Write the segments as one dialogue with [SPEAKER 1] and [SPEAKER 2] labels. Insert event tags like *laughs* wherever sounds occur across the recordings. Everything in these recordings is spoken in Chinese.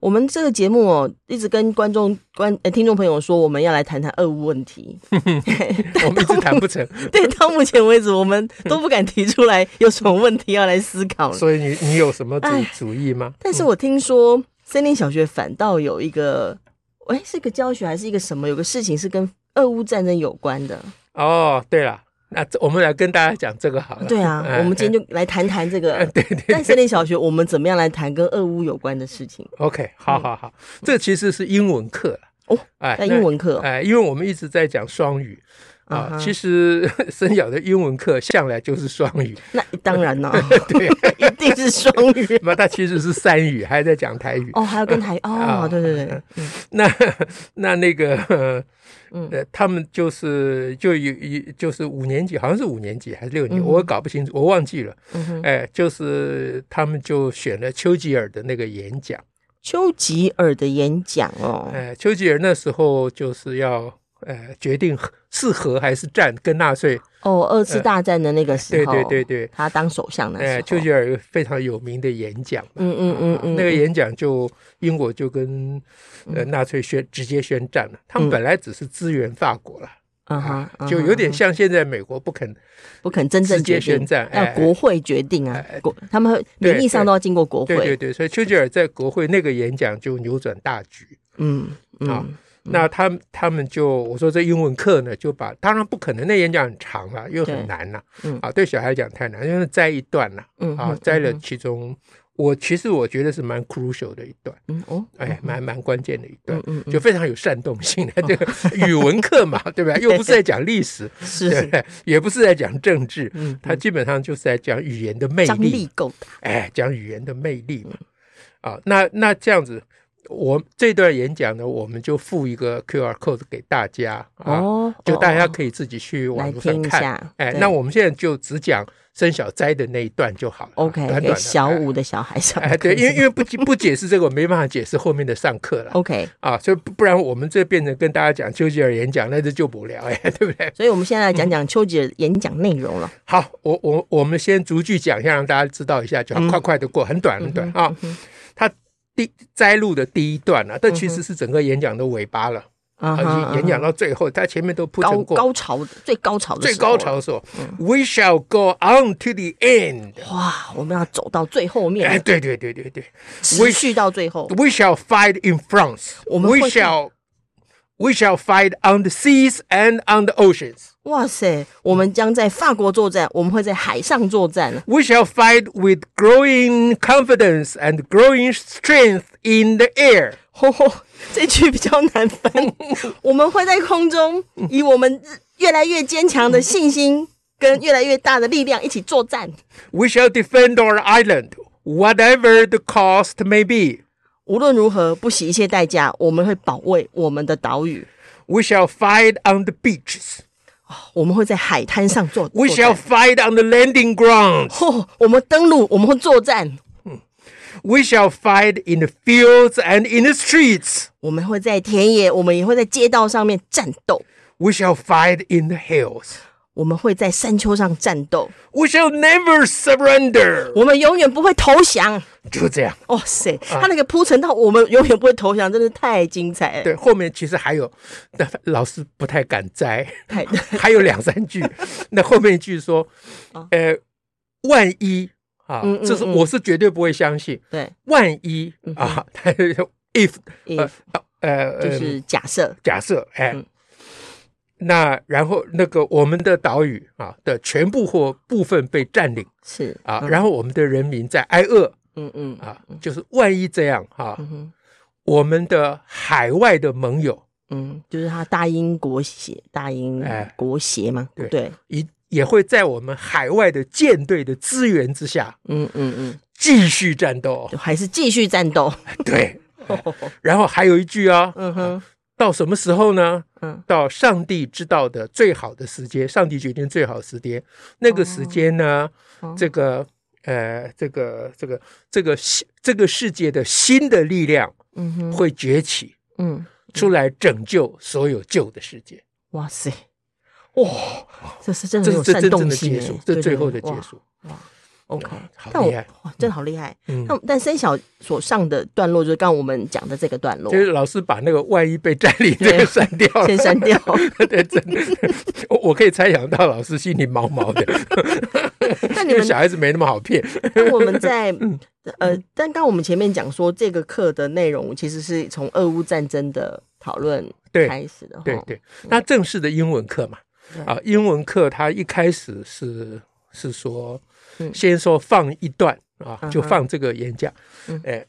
[SPEAKER 1] 我们这个节目哦，一直跟观众、观、呃、听众朋友说，我们要来谈谈俄乌问题。 *laughs*
[SPEAKER 2] 我们一直谈不成，
[SPEAKER 1] 对，到目前为止，我们都不敢提出来有什么问题要来思考了。
[SPEAKER 2] 所以你你有什么主
[SPEAKER 1] 哎
[SPEAKER 2] 主意吗？
[SPEAKER 1] 但是我听说森林小学反倒有一个，哎，是个教学还是一个什么？有个事情是跟俄乌战争有关的。
[SPEAKER 2] 哦，对了，那这我们来跟大家讲这个好了。
[SPEAKER 1] *laughs*
[SPEAKER 2] 哎
[SPEAKER 1] 对 *laughs* 啊，我们今天就来谈谈这 *laughs*
[SPEAKER 2] 哎哎
[SPEAKER 1] 个。
[SPEAKER 2] 对对
[SPEAKER 1] 在森林小学，我们怎么样来谈跟俄乌有关的事情？
[SPEAKER 2] 哎 OK，好好好，这其实是英文课了。
[SPEAKER 1] 哦，
[SPEAKER 2] 哎
[SPEAKER 1] 在英文课
[SPEAKER 2] 那哎，因为我们一直在讲双语
[SPEAKER 1] 啊
[SPEAKER 2] 啊，
[SPEAKER 1] 哈
[SPEAKER 2] 其实 *laughs* 森小的英文课向来就是双语，
[SPEAKER 1] 那当然了，
[SPEAKER 2] 对，
[SPEAKER 1] *laughs*
[SPEAKER 2] 啊
[SPEAKER 1] 一定是双
[SPEAKER 2] *laughs*
[SPEAKER 1] 语。
[SPEAKER 2] 那它其实是三语，还在讲台语。
[SPEAKER 1] 哦，还有跟台哦
[SPEAKER 2] 啊，
[SPEAKER 1] 对对嗯对，
[SPEAKER 2] *laughs*
[SPEAKER 1] *laughs*
[SPEAKER 2] 那那那个，
[SPEAKER 1] 嗯
[SPEAKER 2] 呃，他们就是就有一就是五年级，好像是五年级还是六年
[SPEAKER 1] 嗯
[SPEAKER 2] 级，
[SPEAKER 1] 哼
[SPEAKER 2] 我搞不清楚，我忘记了。
[SPEAKER 1] 嗯哼，
[SPEAKER 2] 哎，就是他们就选了丘吉尔的那个演讲。
[SPEAKER 1] 丘吉尔的演讲哦，
[SPEAKER 2] 哎，丘吉尔那时候就是要呃决定是和还是战，跟纳粹。
[SPEAKER 1] 哦，二次大战的那个时
[SPEAKER 2] 对
[SPEAKER 1] 候，
[SPEAKER 2] 对对，对，
[SPEAKER 1] 他当首相的时
[SPEAKER 2] 哎，
[SPEAKER 1] 候，
[SPEAKER 2] 丘吉尔有非常有名的演讲。
[SPEAKER 1] 嗯嗯嗯嗯，
[SPEAKER 2] 那个演讲就英国就跟呃
[SPEAKER 1] 嗯
[SPEAKER 2] 纳粹宣直接宣战了，他们
[SPEAKER 1] 嗯
[SPEAKER 2] 本来只是支援法国了，
[SPEAKER 1] 嗯
[SPEAKER 2] 啊
[SPEAKER 1] 哼，
[SPEAKER 2] 就有点
[SPEAKER 1] 嗯哼
[SPEAKER 2] 像现在美国不肯
[SPEAKER 1] 不肯真正
[SPEAKER 2] 直接
[SPEAKER 1] 决定
[SPEAKER 2] 宣战，
[SPEAKER 1] 要
[SPEAKER 2] 哎，
[SPEAKER 1] 国会决定啊，国他们会
[SPEAKER 2] 对
[SPEAKER 1] 名义上
[SPEAKER 2] 对
[SPEAKER 1] 都要经过国
[SPEAKER 2] 对对
[SPEAKER 1] 会，
[SPEAKER 2] 对，所以丘吉尔在国会那个演讲就扭转大局。
[SPEAKER 1] 嗯
[SPEAKER 2] 啊
[SPEAKER 1] 嗯，
[SPEAKER 2] 那他们他们就我说这英文课呢，就把当然不可能，那演讲很长了，又
[SPEAKER 1] 对
[SPEAKER 2] 很难了
[SPEAKER 1] 嗯，
[SPEAKER 2] 啊，对小孩讲太难，因为摘一段了
[SPEAKER 1] 嗯
[SPEAKER 2] 啊
[SPEAKER 1] 嗯，
[SPEAKER 2] 摘了
[SPEAKER 1] 嗯
[SPEAKER 2] 其中我其实我觉得是蛮 crucial 的一段，
[SPEAKER 1] 嗯哦，
[SPEAKER 2] 哎，蛮蛮关键的一段
[SPEAKER 1] 嗯，嗯嗯
[SPEAKER 2] 就非常有煽动性的 *laughs* 这个语文课嘛， *laughs* 对吧？又不是在讲
[SPEAKER 1] *laughs*
[SPEAKER 2] 历史，对不
[SPEAKER 1] 是，
[SPEAKER 2] 对？也不是在讲政治，
[SPEAKER 1] 嗯，
[SPEAKER 2] 它基本上就是在讲语言的魅
[SPEAKER 1] 张力嗯
[SPEAKER 2] 力，
[SPEAKER 1] 够大，
[SPEAKER 2] 哎，讲语言的魅力嘛。啊，那那这样子，我这段演讲呢，我们就附一个 Q R code 给大家啊，
[SPEAKER 1] 哦，
[SPEAKER 2] 就大家
[SPEAKER 1] 以
[SPEAKER 2] 可以自己去网
[SPEAKER 1] 来
[SPEAKER 2] 络上
[SPEAKER 1] 听一
[SPEAKER 2] 看。
[SPEAKER 1] 下，
[SPEAKER 2] 哎，
[SPEAKER 1] 对
[SPEAKER 2] 那我们现在就只讲申小斋的那一段就好了啊
[SPEAKER 1] OK
[SPEAKER 2] 短短
[SPEAKER 1] 给
[SPEAKER 2] 的
[SPEAKER 1] 小
[SPEAKER 2] 哎
[SPEAKER 1] 五的小孩上课，
[SPEAKER 2] 哎，对，因为因为不不解释这个，我没办法解释后面的上课了。
[SPEAKER 1] OK，
[SPEAKER 2] 啊，所以不不然我们这变成跟大家讲丘吉尔演讲，那就救不了哎，对不对？
[SPEAKER 1] 所以我们现在来讲讲丘吉尔演讲内容了，
[SPEAKER 2] 好，我我我们先逐句讲一下，让大家知道一下，就好
[SPEAKER 1] 嗯
[SPEAKER 2] 快快的过，很短很短啊。他第摘录的第一段啊，但其实是整个演讲的尾巴了，
[SPEAKER 1] 嗯啊
[SPEAKER 2] 啊，已经演讲
[SPEAKER 1] 到
[SPEAKER 2] 到最后，他前面都铺
[SPEAKER 1] 高
[SPEAKER 2] 成过。
[SPEAKER 1] 高潮最高潮的
[SPEAKER 2] 最
[SPEAKER 1] 时候嗯
[SPEAKER 2] 高
[SPEAKER 1] 了
[SPEAKER 2] 潮的时候，We shall go on to the end。
[SPEAKER 1] 哇，我们要走到最后
[SPEAKER 2] 哎，
[SPEAKER 1] 面，
[SPEAKER 2] 对对对对对
[SPEAKER 1] 持续到最后。
[SPEAKER 2] ，We shall fight in France。
[SPEAKER 1] 我们
[SPEAKER 2] We
[SPEAKER 1] 会去
[SPEAKER 2] shall We shall fight on the seas and on the oceans。
[SPEAKER 1] 哇塞，我们将在法国作战，我们会在海上作战。
[SPEAKER 2] We shall fight with growing confidence and growing strength in the air。
[SPEAKER 1] *laughs* 吼吼，哦这句比较难
[SPEAKER 2] *laughs*
[SPEAKER 1] 翻。我们会在空中
[SPEAKER 2] 嗯
[SPEAKER 1] 以我们越来越坚强的信心跟越来越大的力量一起作战。
[SPEAKER 2] We shall defend our island, whatever the cost may be.
[SPEAKER 1] 无论如何，不惜一切代价，我们会保卫我们的岛屿。
[SPEAKER 2] We shall fight on the beaches.
[SPEAKER 1] 我们会在海滩上作
[SPEAKER 2] We
[SPEAKER 1] 作战
[SPEAKER 2] shall fight on the landing grounds.
[SPEAKER 1] 嚯，我们登陆，我们会作战，
[SPEAKER 2] We shall fight in the fields and in the streets.
[SPEAKER 1] 我们会在田野，我们也会在街道上面战斗，
[SPEAKER 2] We shall fight in the hills.
[SPEAKER 1] 我们会在山丘上战斗，
[SPEAKER 2] We shall never surrender.
[SPEAKER 1] 我们永远不会投降。
[SPEAKER 2] 就这样。
[SPEAKER 1] 哇塞，
[SPEAKER 2] 啊
[SPEAKER 1] 他那个铺陈到我们永远不会投降，真的太精彩了，
[SPEAKER 2] 对，后面其实还有，但老师不太敢摘。
[SPEAKER 1] 太 *laughs*
[SPEAKER 2] 还有两三句，那后面一句说，呃，万一啊
[SPEAKER 1] 啊嗯，嗯
[SPEAKER 2] 这是
[SPEAKER 1] 嗯
[SPEAKER 2] 我是绝对不会相信，
[SPEAKER 1] 对，
[SPEAKER 2] 万一啊 *laughs* 他就，if
[SPEAKER 1] 也
[SPEAKER 2] 呃呃
[SPEAKER 1] 就
[SPEAKER 2] 呃
[SPEAKER 1] 是假设
[SPEAKER 2] 假设哎
[SPEAKER 1] 嗯，
[SPEAKER 2] 那然后那个我们的岛屿啊的全部或部分被占领
[SPEAKER 1] 是
[SPEAKER 2] 啊，然后我们的人民在挨饿
[SPEAKER 1] 嗯嗯
[SPEAKER 2] 啊，就是万一这样哈
[SPEAKER 1] 嗯，哼
[SPEAKER 2] 我们的海外的盟友
[SPEAKER 1] 嗯，就是他大英国协，大英
[SPEAKER 2] 哎
[SPEAKER 1] 国协嘛，
[SPEAKER 2] 对
[SPEAKER 1] 对，
[SPEAKER 2] 也也会在我们海外的舰队的资源之下
[SPEAKER 1] 嗯嗯嗯，
[SPEAKER 2] 继续战斗。
[SPEAKER 1] 就还是继续战斗，
[SPEAKER 2] 哎对，然后还有一句啊，
[SPEAKER 1] 嗯哼，
[SPEAKER 2] 到什么时候呢？
[SPEAKER 1] 嗯，
[SPEAKER 2] 到上帝知道的最好的时间，上帝决定最好时间。那个时间呢，
[SPEAKER 1] 哦
[SPEAKER 2] 这个呃，这个这个这个新这个世界的新的力量
[SPEAKER 1] 嗯哼，
[SPEAKER 2] 会崛起
[SPEAKER 1] 嗯，
[SPEAKER 2] 出来，拯救所有旧的世界。
[SPEAKER 1] 哇塞，
[SPEAKER 2] 哇、
[SPEAKER 1] 这是真的嗯
[SPEAKER 2] 这
[SPEAKER 1] 有
[SPEAKER 2] 是这
[SPEAKER 1] 煽
[SPEAKER 2] 真正
[SPEAKER 1] 动
[SPEAKER 2] 的
[SPEAKER 1] 性
[SPEAKER 2] 结
[SPEAKER 1] 欸
[SPEAKER 2] 束，
[SPEAKER 1] 对
[SPEAKER 2] 这最
[SPEAKER 1] 对
[SPEAKER 2] 后的结
[SPEAKER 1] 哇
[SPEAKER 2] 束。
[SPEAKER 1] 哇，OK，
[SPEAKER 2] 好
[SPEAKER 1] 但我
[SPEAKER 2] 厉害
[SPEAKER 1] 哇，真的好厉害。
[SPEAKER 2] 嗯
[SPEAKER 1] 那，但森小所上的段落就是刚刚我们讲的这个段落
[SPEAKER 2] 就，是老师把那个万一被占领这个
[SPEAKER 1] 对
[SPEAKER 2] 删掉
[SPEAKER 1] *laughs*
[SPEAKER 2] 了，
[SPEAKER 1] 先删
[SPEAKER 2] *laughs*
[SPEAKER 1] 掉。
[SPEAKER 2] 对，真的， *laughs* 我我可以猜想到老师心里毛
[SPEAKER 1] *laughs*
[SPEAKER 2] 毛的，
[SPEAKER 1] 但你
[SPEAKER 2] 因为
[SPEAKER 1] 们
[SPEAKER 2] 小孩子没那么好骗。
[SPEAKER 1] 那我们
[SPEAKER 2] *laughs*
[SPEAKER 1] 在
[SPEAKER 2] 嗯
[SPEAKER 1] 呃，但刚我们前面讲说，这个课的内容其实是从俄乌战争的讨论
[SPEAKER 2] 对
[SPEAKER 1] 开始的，
[SPEAKER 2] 对
[SPEAKER 1] 吼，
[SPEAKER 2] 对，那正式的英文课嘛，啊，英文课它一开始是是说，
[SPEAKER 1] 嗯
[SPEAKER 2] 先说放一段啊
[SPEAKER 1] 嗯，哼
[SPEAKER 2] 就放这个演讲
[SPEAKER 1] 嗯，
[SPEAKER 2] 哎，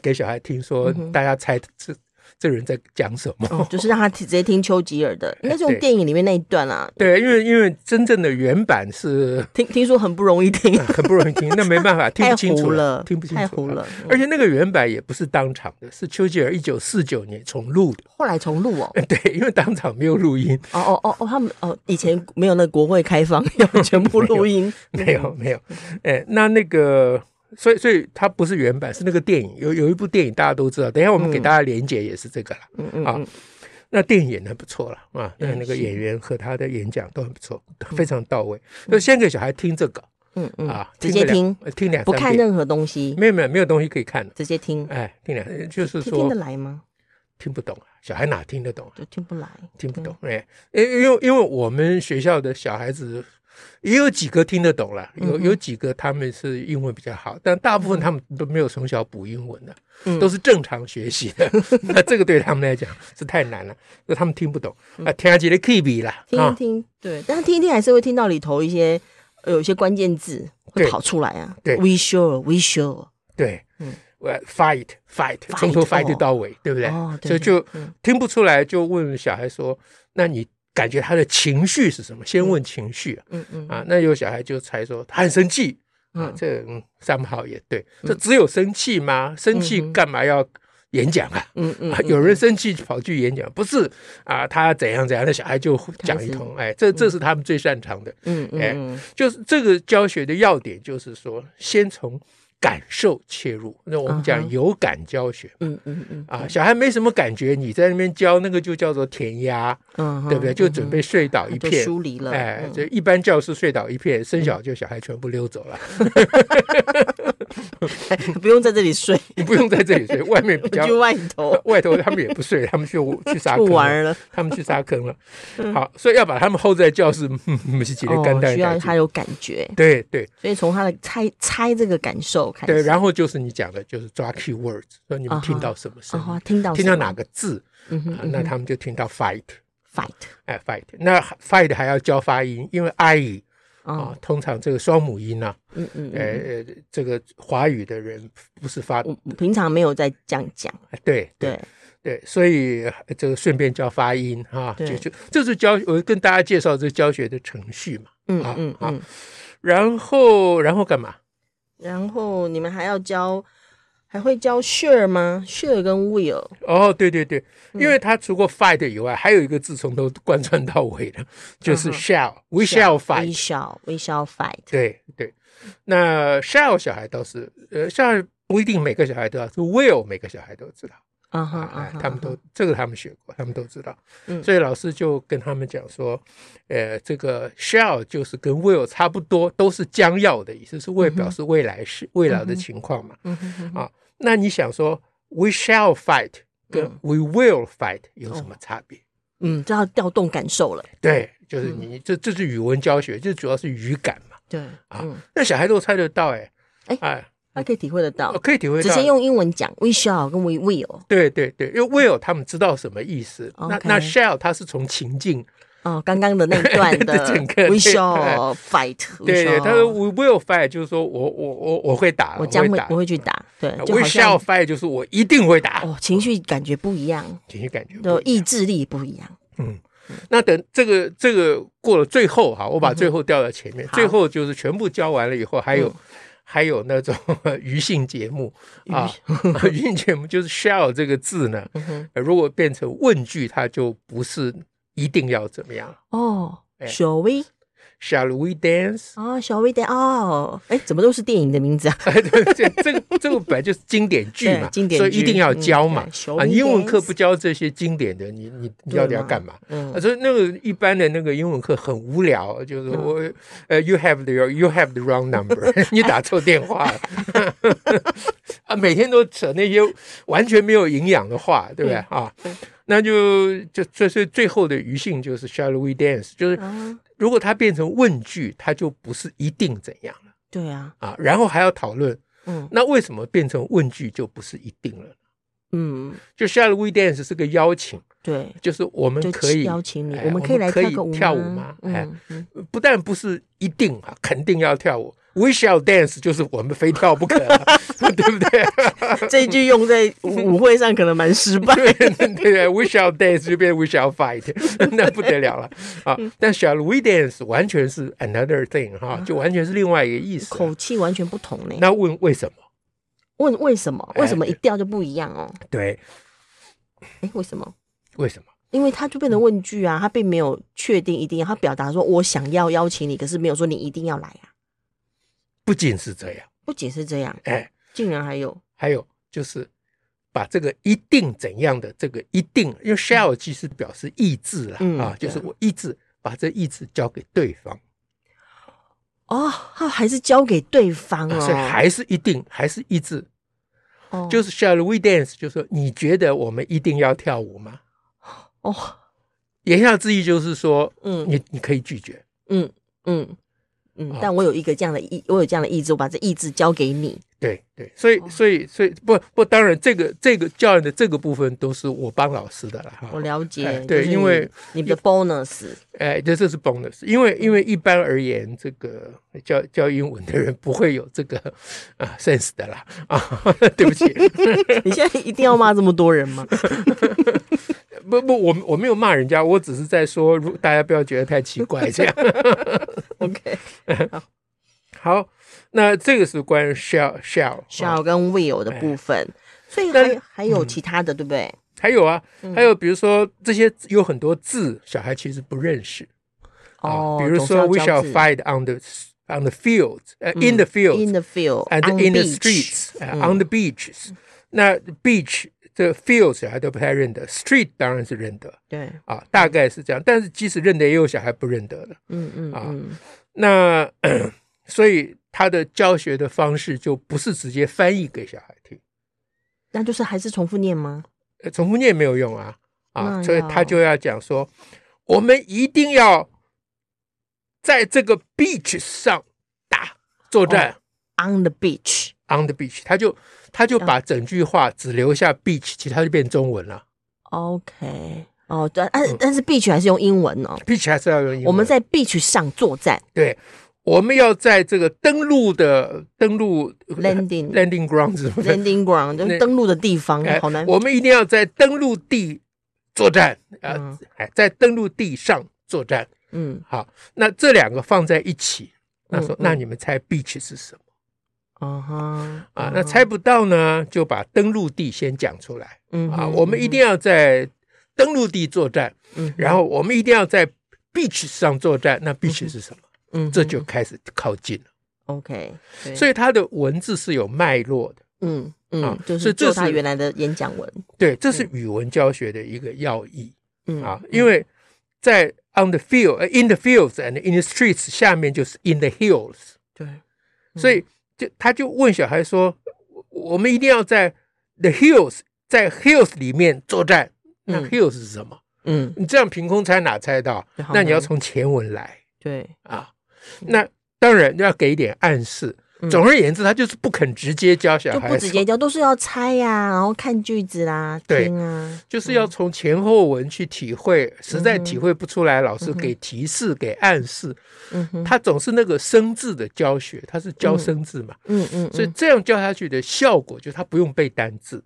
[SPEAKER 2] 给小孩听说
[SPEAKER 1] 嗯，哼
[SPEAKER 2] 大家猜这这人在讲什
[SPEAKER 1] 哦
[SPEAKER 2] 么，
[SPEAKER 1] 就。是让他直接听丘吉尔的，应该是用
[SPEAKER 2] 对
[SPEAKER 1] 电影里面那一段啊。
[SPEAKER 2] 对，因为因为真正的原版是
[SPEAKER 1] 听听说很不容易听，
[SPEAKER 2] 很不容易听，那没
[SPEAKER 1] *laughs*
[SPEAKER 2] 办 *laughs* 法，听
[SPEAKER 1] 太
[SPEAKER 2] 不清
[SPEAKER 1] 糊
[SPEAKER 2] 楚
[SPEAKER 1] 了，
[SPEAKER 2] 听不清楚，啊
[SPEAKER 1] 太糊。了。嗯
[SPEAKER 2] 而且那个原版也不是当场的，是丘吉尔一九四九年重录的。 *laughs*
[SPEAKER 1] 后来重录哦，
[SPEAKER 2] 对，因为当场没有录音，
[SPEAKER 1] 哦哦哦哦，他们哦以前没有那个国会开放，
[SPEAKER 2] *laughs*
[SPEAKER 1] 要全部录音，
[SPEAKER 2] 没有
[SPEAKER 1] 嗯
[SPEAKER 2] 没有。哎，那那个，所以所以它不是原版，是那个电影。有有一部电影大家都知道，等一下我们给大家连结也是这个了。
[SPEAKER 1] 嗯嗯
[SPEAKER 2] 啊
[SPEAKER 1] 嗯，
[SPEAKER 2] 那电影演的不错了啊，那
[SPEAKER 1] 嗯
[SPEAKER 2] 那个
[SPEAKER 1] 是
[SPEAKER 2] 演员和他的演讲都很不错，非常到位。就先给小孩听这个
[SPEAKER 1] 嗯嗯，
[SPEAKER 2] 啊，
[SPEAKER 1] 直接
[SPEAKER 2] 个两
[SPEAKER 1] 听，
[SPEAKER 2] 呃听两
[SPEAKER 1] 不
[SPEAKER 2] 三
[SPEAKER 1] 看
[SPEAKER 2] 遍，
[SPEAKER 1] 任何东西，
[SPEAKER 2] 没有没有没有东西可以看的。
[SPEAKER 1] 直接听，
[SPEAKER 2] 哎，听两就是
[SPEAKER 1] 听听
[SPEAKER 2] 说
[SPEAKER 1] 得来吗？
[SPEAKER 2] 听不懂啊，小孩哪听得懂啊？
[SPEAKER 1] 就听不来，
[SPEAKER 2] 听不懂，
[SPEAKER 1] 嗯
[SPEAKER 2] 哎，因因为因为我们学校的小孩子也有几个听得懂了，
[SPEAKER 1] 嗯
[SPEAKER 2] 有
[SPEAKER 1] 哼
[SPEAKER 2] 有几个他们是英文比较好，但大部分他们都没有从小补英文的，
[SPEAKER 1] 嗯
[SPEAKER 2] 都是正常学习
[SPEAKER 1] *laughs*
[SPEAKER 2] 的。那这个对他们来讲是太难了，那他们听不懂啊，听起来 K B 啦
[SPEAKER 1] 嗯听一
[SPEAKER 2] 啊，
[SPEAKER 1] 听，对，但是听一听还是会听到里头一些呃有一些关键字会
[SPEAKER 2] 对
[SPEAKER 1] 跑出来啊。
[SPEAKER 2] 对
[SPEAKER 1] ，we sure，we sure，
[SPEAKER 2] 对
[SPEAKER 1] 嗯。
[SPEAKER 2] 我 fight fight，
[SPEAKER 1] Fight，
[SPEAKER 2] 从头 fight
[SPEAKER 1] 哦
[SPEAKER 2] 到尾，对不对
[SPEAKER 1] 哦？对
[SPEAKER 2] 所以就
[SPEAKER 1] 嗯
[SPEAKER 2] 听不出来，就问小孩说：“那你感觉他的情绪是什么？”先问情绪啊，
[SPEAKER 1] 嗯嗯
[SPEAKER 2] 啊，那有小孩就猜说他很生气啊
[SPEAKER 1] 嗯，
[SPEAKER 2] 这嗯三好也对，这只有生气吗？生气
[SPEAKER 1] 嗯哼
[SPEAKER 2] 干嘛要演讲啊？
[SPEAKER 1] 嗯嗯
[SPEAKER 2] 啊，有人生气跑去演讲，不是啊？他怎样怎样，那小孩就讲一通，哎，这这是他们最擅长的，
[SPEAKER 1] 嗯嗯
[SPEAKER 2] 哎
[SPEAKER 1] 嗯，
[SPEAKER 2] 就是这个教学的要点，就是说先从感受切入。那我们
[SPEAKER 1] 嗯
[SPEAKER 2] 讲
[SPEAKER 1] 哼
[SPEAKER 2] 有感教学
[SPEAKER 1] 嗯嗯嗯
[SPEAKER 2] 啊，小孩没什么感觉，你在那边教那个就叫做填鸭，
[SPEAKER 1] 嗯哼，
[SPEAKER 2] *laughs* 对不对？就准备睡倒
[SPEAKER 1] 嗯
[SPEAKER 2] 一
[SPEAKER 1] 就
[SPEAKER 2] 片，
[SPEAKER 1] 疏离了，
[SPEAKER 2] 哎
[SPEAKER 1] 嗯，
[SPEAKER 2] 这一般教室睡倒一片，生小就小孩全部溜走了，
[SPEAKER 1] *laughs* 不用在这里睡，
[SPEAKER 2] 你不用在这
[SPEAKER 1] *laughs*
[SPEAKER 2] 里睡，外面 *laughs* 比
[SPEAKER 1] 我
[SPEAKER 2] 较
[SPEAKER 1] 去外头
[SPEAKER 2] *laughs* 外头他们也不睡，他们去去沙
[SPEAKER 1] 不
[SPEAKER 2] 坑了，
[SPEAKER 1] 玩了。
[SPEAKER 2] 他们去沙坑了。好，所以要把他们 hold 在教室，嗯不是几个干
[SPEAKER 1] 哦，
[SPEAKER 2] 蛋
[SPEAKER 1] 需要
[SPEAKER 2] 感
[SPEAKER 1] 他
[SPEAKER 2] 觉。
[SPEAKER 1] 有感觉，
[SPEAKER 2] 对对
[SPEAKER 1] 所以从他的猜猜这个感受开始。
[SPEAKER 2] 对，然后就是你讲的，就是抓 key words，说你们听
[SPEAKER 1] 啊
[SPEAKER 2] 到什么声
[SPEAKER 1] 然后
[SPEAKER 2] 音，
[SPEAKER 1] 听到
[SPEAKER 2] 听
[SPEAKER 1] 什
[SPEAKER 2] 到
[SPEAKER 1] 么
[SPEAKER 2] 哪个字，
[SPEAKER 1] 哦嗯哼
[SPEAKER 2] 啊那他们就听到 fight，
[SPEAKER 1] fight
[SPEAKER 2] 哎 fight，那 fight 还要教发音，因为 i
[SPEAKER 1] 啊
[SPEAKER 2] 啊，，通常这个双母音呢，
[SPEAKER 1] 嗯嗯
[SPEAKER 2] 呃，
[SPEAKER 1] 嗯，
[SPEAKER 2] 呃这个华语的人不是发
[SPEAKER 1] 我我平常没有在这样讲，
[SPEAKER 2] 对对
[SPEAKER 1] 对，
[SPEAKER 2] 对，所以呃这个顺便教发音哈，
[SPEAKER 1] 对
[SPEAKER 2] 就就这是教我跟大家介绍这个教学的程序嘛。
[SPEAKER 1] 嗯
[SPEAKER 2] 好
[SPEAKER 1] 嗯
[SPEAKER 2] 好
[SPEAKER 1] 嗯。
[SPEAKER 2] 然后然后干嘛？
[SPEAKER 1] 然后你们还要教，还会教 sure 吗？sure 跟 will
[SPEAKER 2] 哦，对对对，
[SPEAKER 1] 嗯
[SPEAKER 2] 因为它除过 fight 以外，还有一个字从头贯穿到尾的，就是
[SPEAKER 1] 嗯
[SPEAKER 2] shall，we shall
[SPEAKER 1] we
[SPEAKER 2] fight。
[SPEAKER 1] shall we shall fight。
[SPEAKER 2] 对对，那 shall 小孩倒是呃，shall 不一定每个小孩都要，是 will 每个小孩都知道。
[SPEAKER 1] 啊哈
[SPEAKER 2] 啊
[SPEAKER 1] 啊，哈，
[SPEAKER 2] 他们
[SPEAKER 1] 啊
[SPEAKER 2] 都这个他们学过，他们都知道。
[SPEAKER 1] 嗯
[SPEAKER 2] 所以老师就跟他们讲说，呃，这个 shall 就是跟 will 差不多，都是将要的意思，是为表示未来是未来的情况嘛。
[SPEAKER 1] 嗯哈嗯哼哼
[SPEAKER 2] 啊，那你想说 we shall fight 跟
[SPEAKER 1] 嗯哦
[SPEAKER 2] we will fight 有什么差别？
[SPEAKER 1] 嗯，这要调动感受了，
[SPEAKER 2] 对，就是
[SPEAKER 1] 嗯
[SPEAKER 2] 你这这是语文教学，这主要是语感嘛。
[SPEAKER 1] 对，
[SPEAKER 2] 啊
[SPEAKER 1] 嗯，
[SPEAKER 2] 那小孩都猜得到哎、
[SPEAKER 1] 哎
[SPEAKER 2] 哎，
[SPEAKER 1] 他可以体会得到
[SPEAKER 2] 哦我，可以体会
[SPEAKER 1] 直
[SPEAKER 2] 到
[SPEAKER 1] 接。用英文讲 we shall 跟 we will
[SPEAKER 2] 对对对，因为 will 他们知道什么意思，那
[SPEAKER 1] 哦 OK
[SPEAKER 2] 那 shall 它是从情境
[SPEAKER 1] 哦，刚刚的那一段
[SPEAKER 2] *laughs*
[SPEAKER 1] 的
[SPEAKER 2] 整个
[SPEAKER 1] we
[SPEAKER 2] 对
[SPEAKER 1] shall
[SPEAKER 2] *laughs*
[SPEAKER 1] fight，we
[SPEAKER 2] 对对，
[SPEAKER 1] shall-
[SPEAKER 2] 他说 we will fight，就是说我我我我会打，
[SPEAKER 1] 我将
[SPEAKER 2] 会
[SPEAKER 1] 会
[SPEAKER 2] 打啊
[SPEAKER 1] 我。会去打，对，就
[SPEAKER 2] we
[SPEAKER 1] 好
[SPEAKER 2] shall
[SPEAKER 1] 像
[SPEAKER 2] fight 就是我一定会打，
[SPEAKER 1] 哦，情绪感觉不一样，
[SPEAKER 2] 情绪感觉
[SPEAKER 1] 的
[SPEAKER 2] 不一
[SPEAKER 1] 意
[SPEAKER 2] 样。
[SPEAKER 1] 志力不一样，
[SPEAKER 2] 那等这个这个过了最后哈，我把最后调到前面，
[SPEAKER 1] 嗯好
[SPEAKER 2] 最后就是全部教完了以后，还有
[SPEAKER 1] 嗯
[SPEAKER 2] 还有那种 *laughs* 余兴节目啊，余兴节目就是 shall 这个字呢，
[SPEAKER 1] 嗯哼，
[SPEAKER 2] 呃如果变成问句，它就不是一定要怎么样。
[SPEAKER 1] 哦
[SPEAKER 2] 哎
[SPEAKER 1] ，Shall we？
[SPEAKER 2] Shall we dance？ *laughs*
[SPEAKER 1] 啊，Shall we？then？哦，哎，怎么都是电影的名字啊？
[SPEAKER 2] 哎，对，这这个这个本来就是经典剧嘛，
[SPEAKER 1] 对经典
[SPEAKER 2] 所
[SPEAKER 1] 剧
[SPEAKER 2] 以一定要教嘛
[SPEAKER 1] 嗯对。Shall
[SPEAKER 2] 啊，
[SPEAKER 1] we
[SPEAKER 2] 英文课
[SPEAKER 1] dance？
[SPEAKER 2] 不教这些经典的，你你你
[SPEAKER 1] 对
[SPEAKER 2] 到底要
[SPEAKER 1] 嘛
[SPEAKER 2] 干嘛？
[SPEAKER 1] 嗯
[SPEAKER 2] 啊，所以那个一般的那个英文课很无聊，就是我呃、y o u have the you have the wrong number，你 *laughs* 打错电话了 *laughs* 啊，每天都扯那些完全没有营养的话，对不对
[SPEAKER 1] 嗯
[SPEAKER 2] 啊？那就就这是最后的余兴，就是 shall we dance，就是
[SPEAKER 1] 啊，
[SPEAKER 2] 如果它变成问句，它就不是一定怎样了
[SPEAKER 1] 对啊，
[SPEAKER 2] 啊，然后还要讨论，
[SPEAKER 1] 嗯
[SPEAKER 2] 那为什么变成问句就不是一定了？
[SPEAKER 1] 嗯，
[SPEAKER 2] 就 shall we dance 是个邀请，
[SPEAKER 1] 对，
[SPEAKER 2] 就是我们
[SPEAKER 1] 就
[SPEAKER 2] 可以
[SPEAKER 1] 邀请你，
[SPEAKER 2] 哎
[SPEAKER 1] 我们可以来跳个舞
[SPEAKER 2] 跳舞吗？哎。
[SPEAKER 1] 嗯嗯，
[SPEAKER 2] 不但不是一定啊，肯定要跳舞。We shall dance 就是我们非跳不可啊、
[SPEAKER 1] *laughs*
[SPEAKER 2] 对不对？
[SPEAKER 1] 这一句用在
[SPEAKER 2] *laughs*
[SPEAKER 1] 舞会上可能蛮失败。
[SPEAKER 2] 哎对对对，We shall dance 就变 We shall fight，那 *laughs* 不得了了啊！
[SPEAKER 1] 嗯
[SPEAKER 2] 但 shall we dance 完全是 another thing 哈、就完全是另外一个意思。
[SPEAKER 1] 啊
[SPEAKER 2] 啊
[SPEAKER 1] 口气完全不同呢。
[SPEAKER 2] 那问为什么？
[SPEAKER 1] 问为什么？
[SPEAKER 2] 哎
[SPEAKER 1] 为什么一调就不一样哦？
[SPEAKER 2] 对，
[SPEAKER 1] 哎，为什么？
[SPEAKER 2] 为什么？
[SPEAKER 1] 因为它就变成问句啊，它并没有确定一定要，它表达说我想要邀请你，可是没有说你一定要来啊。
[SPEAKER 2] 不仅是这样，
[SPEAKER 1] 不仅是这样，
[SPEAKER 2] 哎，
[SPEAKER 1] 竟然还有
[SPEAKER 2] 还有就是把这个一定怎样的这个一定，因为 shall 其实表示意志啦、
[SPEAKER 1] 嗯
[SPEAKER 2] 啊，
[SPEAKER 1] 对
[SPEAKER 2] 就是我意志把这意志交给对方。
[SPEAKER 1] 哦，它还是交给对方
[SPEAKER 2] 啊
[SPEAKER 1] 哦，
[SPEAKER 2] 所以还是一定还是一致，
[SPEAKER 1] 哦
[SPEAKER 2] 就是 shall we dance，就是说你觉得我们一定要跳舞吗？
[SPEAKER 1] 哦，
[SPEAKER 2] 言下之意就是说，
[SPEAKER 1] 嗯
[SPEAKER 2] 你你可以拒绝，
[SPEAKER 1] 嗯嗯嗯
[SPEAKER 2] 啊，
[SPEAKER 1] 但我有一个这样的意，我有这样的意志，我把这意志交给你。
[SPEAKER 2] 对对，所
[SPEAKER 1] 哦
[SPEAKER 2] 以所以所以不不，当然这个这个教案的这个部分都是我帮老师的了哈
[SPEAKER 1] 我。了解，
[SPEAKER 2] 哎
[SPEAKER 1] 就是
[SPEAKER 2] 对
[SPEAKER 1] 你
[SPEAKER 2] 因为
[SPEAKER 1] 你的 bonus
[SPEAKER 2] 哎，这这是 bonus，因为因为
[SPEAKER 1] 嗯
[SPEAKER 2] 一般而言，这个教教英文的人不会有这个啊 sense 的啦啊， *laughs* 对不起，
[SPEAKER 1] 你现在一定要骂这么多人吗？
[SPEAKER 2] 不不，我我没有骂人家，我只是在说，如大家不要觉得太奇怪这样。 *laughs* 啊
[SPEAKER 1] OK，
[SPEAKER 2] 好，那这个是关于 shell shell 啊
[SPEAKER 1] shall 跟 will 的部分，所以还
[SPEAKER 2] 哎但嗯
[SPEAKER 1] 还有其他的，对不对？
[SPEAKER 2] 还有啊，
[SPEAKER 1] 嗯
[SPEAKER 2] 还有比如说这些有很多字，小孩其实不认识
[SPEAKER 1] 哦，
[SPEAKER 2] 啊，比如
[SPEAKER 1] 总是要
[SPEAKER 2] 说 we
[SPEAKER 1] 交
[SPEAKER 2] shall
[SPEAKER 1] 织
[SPEAKER 2] fight on the on the field，呃、in the
[SPEAKER 1] in
[SPEAKER 2] field
[SPEAKER 1] the field
[SPEAKER 2] and
[SPEAKER 1] on
[SPEAKER 2] in the
[SPEAKER 1] beach
[SPEAKER 2] streets、呃
[SPEAKER 1] 嗯
[SPEAKER 2] on the beaches，那 beach 这 field 小孩都不太认得，street 当然是认得
[SPEAKER 1] *laughs* 对，
[SPEAKER 2] 啊，大概是这样，但是即使认得，也有小孩不认得的。
[SPEAKER 1] 嗯嗯
[SPEAKER 2] 啊
[SPEAKER 1] 嗯，
[SPEAKER 2] 那 *clears throat* 所以他的教学的方式就不是直接翻译给小孩听。
[SPEAKER 1] 那就是还是重复念吗？
[SPEAKER 2] 呃重复念没有用啊啊，
[SPEAKER 1] 那
[SPEAKER 2] 所以
[SPEAKER 1] 要
[SPEAKER 2] 他就要讲说，我们一定要在这个 beach 上打作
[SPEAKER 1] 哦
[SPEAKER 2] 战、
[SPEAKER 1] On the beach，
[SPEAKER 2] on the beach，他就他就
[SPEAKER 1] 要
[SPEAKER 2] 把整句话只留下 beach，其他就变中文了。
[SPEAKER 1] OK，哦，对，但但是 beach 还是用英文哦。
[SPEAKER 2] beach 还是要用嗯英文。
[SPEAKER 1] 我们在 beach 上作
[SPEAKER 2] *laughs*
[SPEAKER 1] 战
[SPEAKER 2] 对，我们要在这个登陆的登陆
[SPEAKER 1] Landing
[SPEAKER 2] landing ground 是不是？
[SPEAKER 1] ，landing ground 就
[SPEAKER 2] 那
[SPEAKER 1] 是登陆的地方，
[SPEAKER 2] 哎
[SPEAKER 1] 好难。
[SPEAKER 2] 我们一定要在登陆地作战啊、呃
[SPEAKER 1] 嗯
[SPEAKER 2] 哎，在登陆地上作战。
[SPEAKER 1] 嗯，
[SPEAKER 2] 好，那这两个放在一起，那说、
[SPEAKER 1] 嗯嗯
[SPEAKER 2] 那你们猜 beach 是什么
[SPEAKER 1] 啊哈，
[SPEAKER 2] 啊？那猜不到呢，就把登陆地先讲出来
[SPEAKER 1] 嗯
[SPEAKER 2] 啊。
[SPEAKER 1] 哼
[SPEAKER 2] 我们一定要在登陆地作战，
[SPEAKER 1] 嗯哼
[SPEAKER 2] 然后我们一定要在 beach 上作战。那 beach 是什么？
[SPEAKER 1] 嗯
[SPEAKER 2] 这就开始靠近了。
[SPEAKER 1] OK，
[SPEAKER 2] 所
[SPEAKER 1] 以
[SPEAKER 2] 以它的文字是有脉络的，
[SPEAKER 1] 嗯
[SPEAKER 2] 啊
[SPEAKER 1] 嗯，就
[SPEAKER 2] 所以
[SPEAKER 1] 是
[SPEAKER 2] 这
[SPEAKER 1] 做他
[SPEAKER 2] 是
[SPEAKER 1] 原来的演讲文，
[SPEAKER 2] 对，这是语文教学的一个要义
[SPEAKER 1] 嗯
[SPEAKER 2] 啊。因为在 on the field、呃 in the fields and in the streets 下面就是 in the hills。
[SPEAKER 1] 对，嗯
[SPEAKER 2] 所以就他就问小孩说：“我我们一定要在 the hills，在 hills 里面作战。”那
[SPEAKER 1] 嗯
[SPEAKER 2] hills 是什么？
[SPEAKER 1] 嗯
[SPEAKER 2] 你这样凭空猜哪猜到
[SPEAKER 1] 对？好
[SPEAKER 2] 那你要
[SPEAKER 1] 难
[SPEAKER 2] 从前文来
[SPEAKER 1] 对，
[SPEAKER 2] 啊。那当然要给一点暗示。
[SPEAKER 1] 嗯
[SPEAKER 2] 总而言之，他就是不肯直接教小
[SPEAKER 1] 就
[SPEAKER 2] 孩，
[SPEAKER 1] 不直接教，都是要猜呀、然后看句子啦，
[SPEAKER 2] 对
[SPEAKER 1] 听啊，
[SPEAKER 2] 就是要从前后文去体会。
[SPEAKER 1] 嗯
[SPEAKER 2] 实在体会不出来，老师给提示、给暗示。
[SPEAKER 1] 嗯哼，
[SPEAKER 2] 他总是那个生字的教学，他是教
[SPEAKER 1] 嗯
[SPEAKER 2] 生字嘛，
[SPEAKER 1] 嗯嗯，
[SPEAKER 2] 所以这样教下去的效果就是他不用背单字。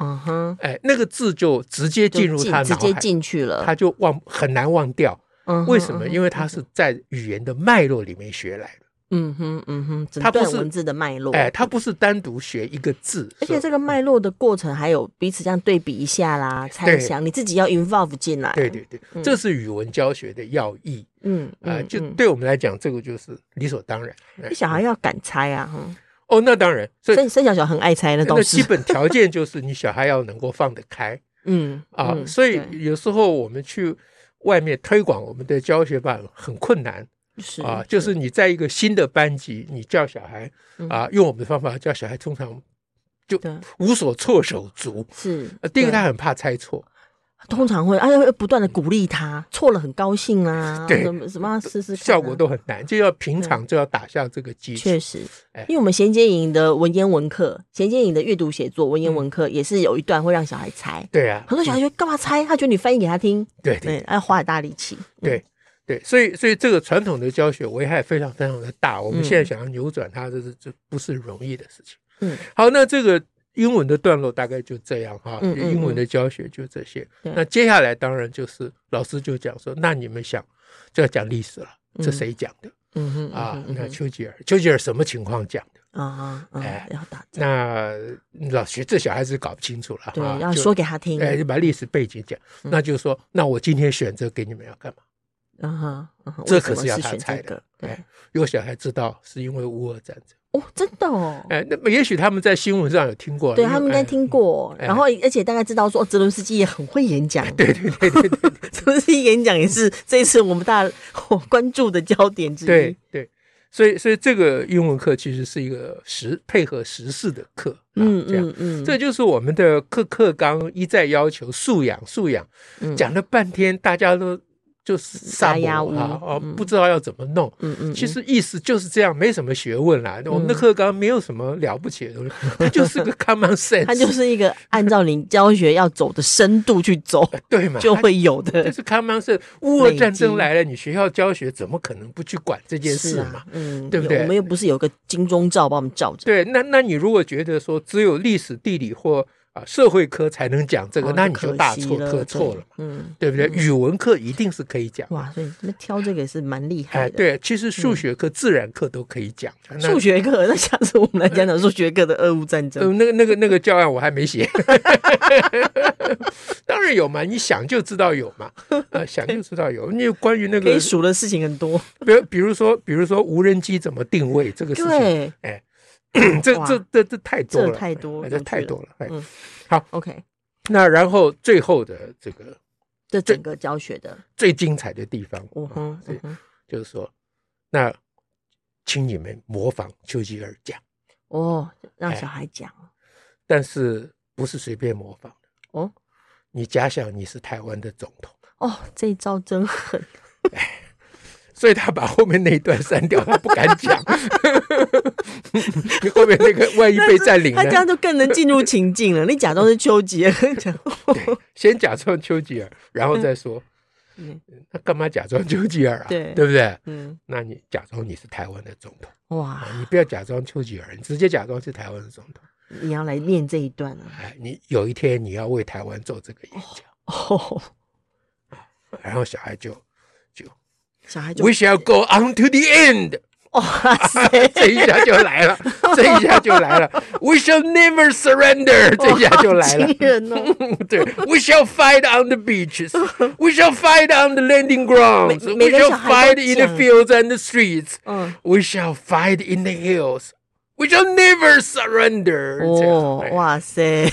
[SPEAKER 1] 嗯哼，
[SPEAKER 2] 哎，那个字就直接
[SPEAKER 1] 就
[SPEAKER 2] 进入他
[SPEAKER 1] 直
[SPEAKER 2] 脑
[SPEAKER 1] 接
[SPEAKER 2] 海，
[SPEAKER 1] 进去了，
[SPEAKER 2] 他就忘很难忘掉。
[SPEAKER 1] 嗯哼
[SPEAKER 2] 为什
[SPEAKER 1] 嗯
[SPEAKER 2] 么？
[SPEAKER 1] 哼
[SPEAKER 2] 因为他是在语言的脉络里面学来的。
[SPEAKER 1] 嗯哼，嗯哼，整
[SPEAKER 2] 它不
[SPEAKER 1] 段
[SPEAKER 2] 是
[SPEAKER 1] 文字的脉络，
[SPEAKER 2] 哎，它不是单独学一个字，
[SPEAKER 1] 而且
[SPEAKER 2] 是
[SPEAKER 1] 这个脉络的过程还有彼此这样对比一下啦，猜
[SPEAKER 2] 对
[SPEAKER 1] 想，你自己要 involve 进来，
[SPEAKER 2] 对对对，这是语文教学的要义
[SPEAKER 1] 嗯，
[SPEAKER 2] 啊，
[SPEAKER 1] 嗯，
[SPEAKER 2] 就
[SPEAKER 1] 嗯
[SPEAKER 2] 对我们来讲，这个就是理所当然。哎
[SPEAKER 1] 小孩要敢猜啊，哼
[SPEAKER 2] 哦，那当然，所以
[SPEAKER 1] 生生小小很爱猜那
[SPEAKER 2] 那
[SPEAKER 1] 倒
[SPEAKER 2] 基
[SPEAKER 1] 是，
[SPEAKER 2] 本条件就是你小孩要能够放得开
[SPEAKER 1] 嗯
[SPEAKER 2] 啊，
[SPEAKER 1] 嗯
[SPEAKER 2] 所以
[SPEAKER 1] 对
[SPEAKER 2] 有时候我们去外面推广我们的教学法很困难
[SPEAKER 1] 是
[SPEAKER 2] 啊，就是你在一个新的班级，你叫小孩
[SPEAKER 1] 嗯
[SPEAKER 2] 啊，用我们的方法教小孩，通常就
[SPEAKER 1] 对
[SPEAKER 2] 无所措手足。
[SPEAKER 1] 是
[SPEAKER 2] 呃，第一个
[SPEAKER 1] 对
[SPEAKER 2] 他很怕猜错，
[SPEAKER 1] 通常会，哎、啊，会不断的鼓励他，错了很高兴啊，
[SPEAKER 2] *laughs* 对
[SPEAKER 1] 什么什么啊试试看啊、
[SPEAKER 2] 效果都很难，就要平常就要打下这个基础
[SPEAKER 1] 确。实
[SPEAKER 2] 哎，
[SPEAKER 1] 因为我们衔接营的文言文课，衔接营的阅读写作文言文
[SPEAKER 2] 嗯
[SPEAKER 1] 课也是有一段会让小孩猜，
[SPEAKER 2] 对啊，
[SPEAKER 1] 很多小孩觉得干嘛猜，他觉得你翻译给他听，
[SPEAKER 2] 对对
[SPEAKER 1] 对，要花很大力气，嗯
[SPEAKER 2] 对对，所以所以这个传统的教学危害非常非常的大，我们
[SPEAKER 1] 嗯
[SPEAKER 2] 现在想要扭转它，这是这不是容易的事情。
[SPEAKER 1] 嗯，
[SPEAKER 2] 好，那这个英文的段落大概就这样哈，
[SPEAKER 1] 嗯嗯
[SPEAKER 2] 英文的教学就这些。
[SPEAKER 1] 对
[SPEAKER 2] 那接下来当然就是老师就讲说，那你们想就要讲历史了，这谁讲的、
[SPEAKER 1] 嗯哼
[SPEAKER 2] 啊？
[SPEAKER 1] 嗯哼
[SPEAKER 2] 那丘吉尔，丘吉尔什么情况讲的？
[SPEAKER 1] 啊啊啊
[SPEAKER 2] 哎，
[SPEAKER 1] 要打仗，
[SPEAKER 2] 那老学这小孩子搞不清楚了哈，
[SPEAKER 1] 对，要
[SPEAKER 2] 啊就
[SPEAKER 1] 说。嗯给他听，
[SPEAKER 2] 哎，就把历史背景讲，那就说，那我今天选择给你们要干嘛？
[SPEAKER 1] 嗯哼，嗯哼
[SPEAKER 2] 这
[SPEAKER 1] 为什
[SPEAKER 2] 可
[SPEAKER 1] 么
[SPEAKER 2] 是要他
[SPEAKER 1] 选
[SPEAKER 2] 猜
[SPEAKER 1] 这
[SPEAKER 2] 的
[SPEAKER 1] 个，
[SPEAKER 2] 哎
[SPEAKER 1] 对，
[SPEAKER 2] 有小孩知道是因为乌俄战争。
[SPEAKER 1] 哦，真的哦。
[SPEAKER 2] 哎，那么也许他们在新闻上有听过，
[SPEAKER 1] 对
[SPEAKER 2] 因为
[SPEAKER 1] 他们应该
[SPEAKER 2] 哎
[SPEAKER 1] 听过，
[SPEAKER 2] 哎
[SPEAKER 1] 然后而且大概知道说，哦泽伦斯基也很会演讲，
[SPEAKER 2] *laughs* *laughs* 对对对对对
[SPEAKER 1] *laughs* 泽伦斯基演讲也是这一次我们大家 *laughs* 哦关注的焦点之一。 *laughs*
[SPEAKER 2] 对对，所以所以这个英文课其实是一个时配合时事的课，啊、
[SPEAKER 1] 嗯
[SPEAKER 2] 这样。
[SPEAKER 1] 嗯嗯，
[SPEAKER 2] 这就是我们的课课纲一再要求素养素养，
[SPEAKER 1] 嗯
[SPEAKER 2] 讲了半天，大家都就是
[SPEAKER 1] 撒
[SPEAKER 2] 撒
[SPEAKER 1] 丫
[SPEAKER 2] 泼啊
[SPEAKER 1] 乌
[SPEAKER 2] 哦
[SPEAKER 1] 嗯，
[SPEAKER 2] 不知道要怎么弄。
[SPEAKER 1] 嗯嗯，
[SPEAKER 2] 其实意思就是这样，没什么学问啦。我们的课纲没有什么了不起的东西，它就是个 common
[SPEAKER 1] *laughs* 它嗯就
[SPEAKER 2] sense，
[SPEAKER 1] 是一
[SPEAKER 2] *laughs*
[SPEAKER 1] 个按照你教学要走的深度去走，
[SPEAKER 2] 对嘛？
[SPEAKER 1] 就
[SPEAKER 2] 它
[SPEAKER 1] 会有
[SPEAKER 2] *laughs* 这
[SPEAKER 1] 的。
[SPEAKER 2] 是 common sense。乌俄
[SPEAKER 1] 累
[SPEAKER 2] 战
[SPEAKER 1] 积
[SPEAKER 2] 争来了，你学校教学怎么可能不去管这件
[SPEAKER 1] 是
[SPEAKER 2] 事嘛？
[SPEAKER 1] 啊，嗯，
[SPEAKER 2] 对不对
[SPEAKER 1] 我们又不是有个金钟罩把我们罩着，
[SPEAKER 2] 对，那那你如果觉得说只有历史、地理或啊、社会科才能讲这个，
[SPEAKER 1] 哦
[SPEAKER 2] 那你就
[SPEAKER 1] 可
[SPEAKER 2] 大
[SPEAKER 1] 惜
[SPEAKER 2] 错特
[SPEAKER 1] 对
[SPEAKER 2] 错了嘛，
[SPEAKER 1] 嗯，
[SPEAKER 2] 对不对？语文课一定是可以讲，
[SPEAKER 1] 哇，所以那挑这个也是蛮厉害
[SPEAKER 2] 哎，
[SPEAKER 1] 的。嗯
[SPEAKER 2] 对，其实数学课、自然课都可以讲。那
[SPEAKER 1] 数学课，那下次我们来讲讲数学课的俄乌战
[SPEAKER 2] 呃，
[SPEAKER 1] 争。
[SPEAKER 2] 那个、那个、那个教案我还没写， *laughs* 当然有嘛，你想就知道有嘛，
[SPEAKER 1] *laughs*
[SPEAKER 2] 呃，想就知道有。因为关于那
[SPEAKER 1] 可
[SPEAKER 2] 个
[SPEAKER 1] 以，数的事情很多，
[SPEAKER 2] 比如比如说，比如说无人机怎么定位这个事情，
[SPEAKER 1] 对，
[SPEAKER 2] 这
[SPEAKER 1] 哇
[SPEAKER 2] 这这这太多
[SPEAKER 1] 这
[SPEAKER 2] 了，
[SPEAKER 1] 太多
[SPEAKER 2] 哎这
[SPEAKER 1] 有趣
[SPEAKER 2] 太
[SPEAKER 1] 了
[SPEAKER 2] 多了。哎
[SPEAKER 1] 嗯，OK，
[SPEAKER 2] 那然后最后的这个
[SPEAKER 1] 这整个教学的，
[SPEAKER 2] 最精彩的地方，
[SPEAKER 1] 嗯哼，
[SPEAKER 2] 对
[SPEAKER 1] 嗯哼
[SPEAKER 2] 就是说，那请你们模仿丘吉尔讲，
[SPEAKER 1] 哦，让
[SPEAKER 2] 哎
[SPEAKER 1] 小孩讲，
[SPEAKER 2] 但是不是随便模仿的
[SPEAKER 1] 哦。
[SPEAKER 2] 你假想你是台湾的总统，
[SPEAKER 1] 哦，这一招真狠，
[SPEAKER 2] 所以他把后面那一段删掉，他不敢讲。 *laughs* 你后面那个万一被占领
[SPEAKER 1] *laughs* 他这样
[SPEAKER 2] 了，
[SPEAKER 1] 就更能进入情境了。你假装是丘吉尔，讲
[SPEAKER 2] 对，先假装丘吉尔，然后再说
[SPEAKER 1] *laughs* 嗯。
[SPEAKER 2] 那干嘛假装丘吉尔啊？
[SPEAKER 1] 对
[SPEAKER 2] 不对？
[SPEAKER 1] 嗯，
[SPEAKER 2] 那你假装你是台湾的总统。
[SPEAKER 1] 哇，
[SPEAKER 2] 啊，你不要假装丘吉尔，你直接假装是台湾的总统。
[SPEAKER 1] 你要来念这一段啊！
[SPEAKER 2] 哎，你有一天你要为台湾做这个演讲，
[SPEAKER 1] 哦，
[SPEAKER 2] 然后小孩就就
[SPEAKER 1] 小孩就
[SPEAKER 2] We shall go on to the
[SPEAKER 1] *laughs*
[SPEAKER 2] end，
[SPEAKER 1] 哇 *laughs* 塞，
[SPEAKER 2] 这一下就来了，这一下就来了。We shall
[SPEAKER 1] *laughs*
[SPEAKER 2] never surrender，这一下就来了
[SPEAKER 1] 好。惊人 *laughs* 哦！
[SPEAKER 2] *laughs* 对，We shall fight on
[SPEAKER 1] *laughs*
[SPEAKER 2] the beaches，We shall fight on the landing
[SPEAKER 1] 每
[SPEAKER 2] grounds，We
[SPEAKER 1] 个小
[SPEAKER 2] shall
[SPEAKER 1] 孩
[SPEAKER 2] fight
[SPEAKER 1] 都
[SPEAKER 2] in the
[SPEAKER 1] 讲
[SPEAKER 2] fields and the streets。
[SPEAKER 1] 嗯，
[SPEAKER 2] We shall fight in the hills. We shall never surrender. 这样
[SPEAKER 1] 哦，
[SPEAKER 2] 哎
[SPEAKER 1] 哇
[SPEAKER 2] *laughs*
[SPEAKER 1] 塞！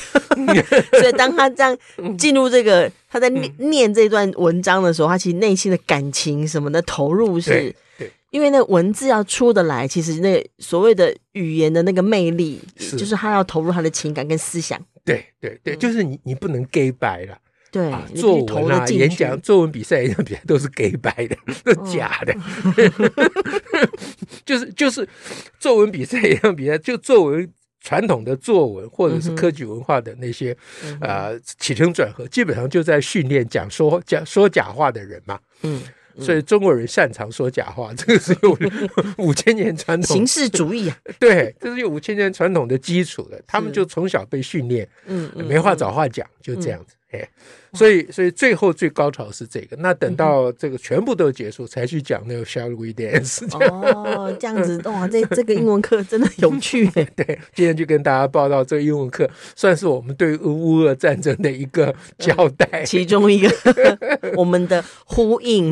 [SPEAKER 1] 所以当他这样进入这个他在
[SPEAKER 2] 嗯
[SPEAKER 1] 念念这段文章的时候，他其实内心的感情什么的投入是
[SPEAKER 2] 对。对
[SPEAKER 1] 因为那文字要出得来，其实那所谓的语言的那个魅力，
[SPEAKER 2] 是
[SPEAKER 1] 就是他要投入他的情感跟思想，
[SPEAKER 2] 对对对，就是你你不能 gay 白了
[SPEAKER 1] 嗯对，
[SPEAKER 2] 啊，
[SPEAKER 1] 你必须
[SPEAKER 2] 作
[SPEAKER 1] 投
[SPEAKER 2] 文
[SPEAKER 1] 得
[SPEAKER 2] 啊、
[SPEAKER 1] 进
[SPEAKER 2] 演
[SPEAKER 1] 去
[SPEAKER 2] 讲、作文比赛、演讲比赛都是 gay 白的， *laughs* 都假的，就是就是作文比赛、演讲比赛，就作文。传统的作文或者是科举文化的那些、
[SPEAKER 1] 嗯
[SPEAKER 2] 呃起承转合，基本上就在训练讲说讲说假话的人嘛。 *laughs*
[SPEAKER 1] 嗯，
[SPEAKER 2] 所以中国人擅长说假话， *laughs* 这个是有五千年传统
[SPEAKER 1] 形式主
[SPEAKER 2] *laughs*
[SPEAKER 1] 义啊，
[SPEAKER 2] 对，这是有五千年传统的基础的，他们
[SPEAKER 1] 是
[SPEAKER 2] 就从小被训练，
[SPEAKER 1] 嗯，嗯
[SPEAKER 2] 哎
[SPEAKER 1] 嗯
[SPEAKER 2] 没话找话讲，就这样子。哎，所以所以最后最高潮是这个。那等到
[SPEAKER 1] 嗯
[SPEAKER 2] 这个全部都结束，才去讲那个 Shall We Dance。
[SPEAKER 1] 哦，这样子哇，这这个英文课真的有趣耶
[SPEAKER 2] *laughs* *laughs* 对，今天就跟大家报道这个英文课，算是我们对乌俄战争的一
[SPEAKER 1] 嗯
[SPEAKER 2] 个交代。
[SPEAKER 1] 其中一个 *laughs* 我们的呼应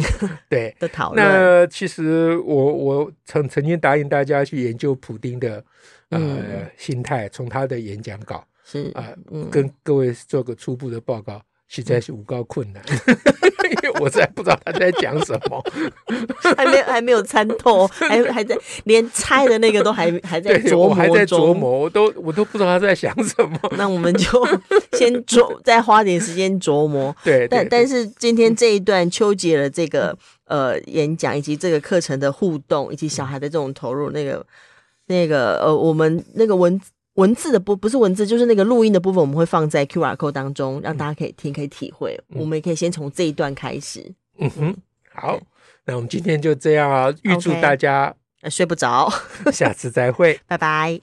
[SPEAKER 2] 对，
[SPEAKER 1] 的讨论，
[SPEAKER 2] 那其实我我曾曾经答应大家去研究普丁的呃、
[SPEAKER 1] 嗯
[SPEAKER 2] 心态，从他的演讲稿
[SPEAKER 1] 是
[SPEAKER 2] 啊、
[SPEAKER 1] 嗯
[SPEAKER 2] 跟各位做个初步的报告，实在是无高困难， *laughs* 因为我实在不知道他在讲什么。 *laughs*
[SPEAKER 1] 还没有还没有参透，还还在连猜的那个都
[SPEAKER 2] *laughs*
[SPEAKER 1] 还还在
[SPEAKER 2] 对，
[SPEAKER 1] 琢
[SPEAKER 2] 我还在
[SPEAKER 1] 磨
[SPEAKER 2] 琢
[SPEAKER 1] 中。
[SPEAKER 2] 磨，我都我都不知道他在想什么。
[SPEAKER 1] 那我们就先琢，再花点时间琢磨。
[SPEAKER 2] *laughs* 对，
[SPEAKER 1] 但
[SPEAKER 2] 对
[SPEAKER 1] 但是今天这一段纠结了这个呃演讲以及这个课程的互动，以及小孩的这种投入，那个那个呃，我们那个文文字的不不是文字，就是那个录音的部分，我们会放在 Q R code 当中，让大家可以听，可以体会。
[SPEAKER 2] 嗯
[SPEAKER 1] 我们也可以先从这一段开始，
[SPEAKER 2] 嗯哼，好，那我们今天就这样啊，预祝
[SPEAKER 1] OK
[SPEAKER 2] 大家
[SPEAKER 1] 呃，睡不着，
[SPEAKER 2] 下次再会。
[SPEAKER 1] 拜拜。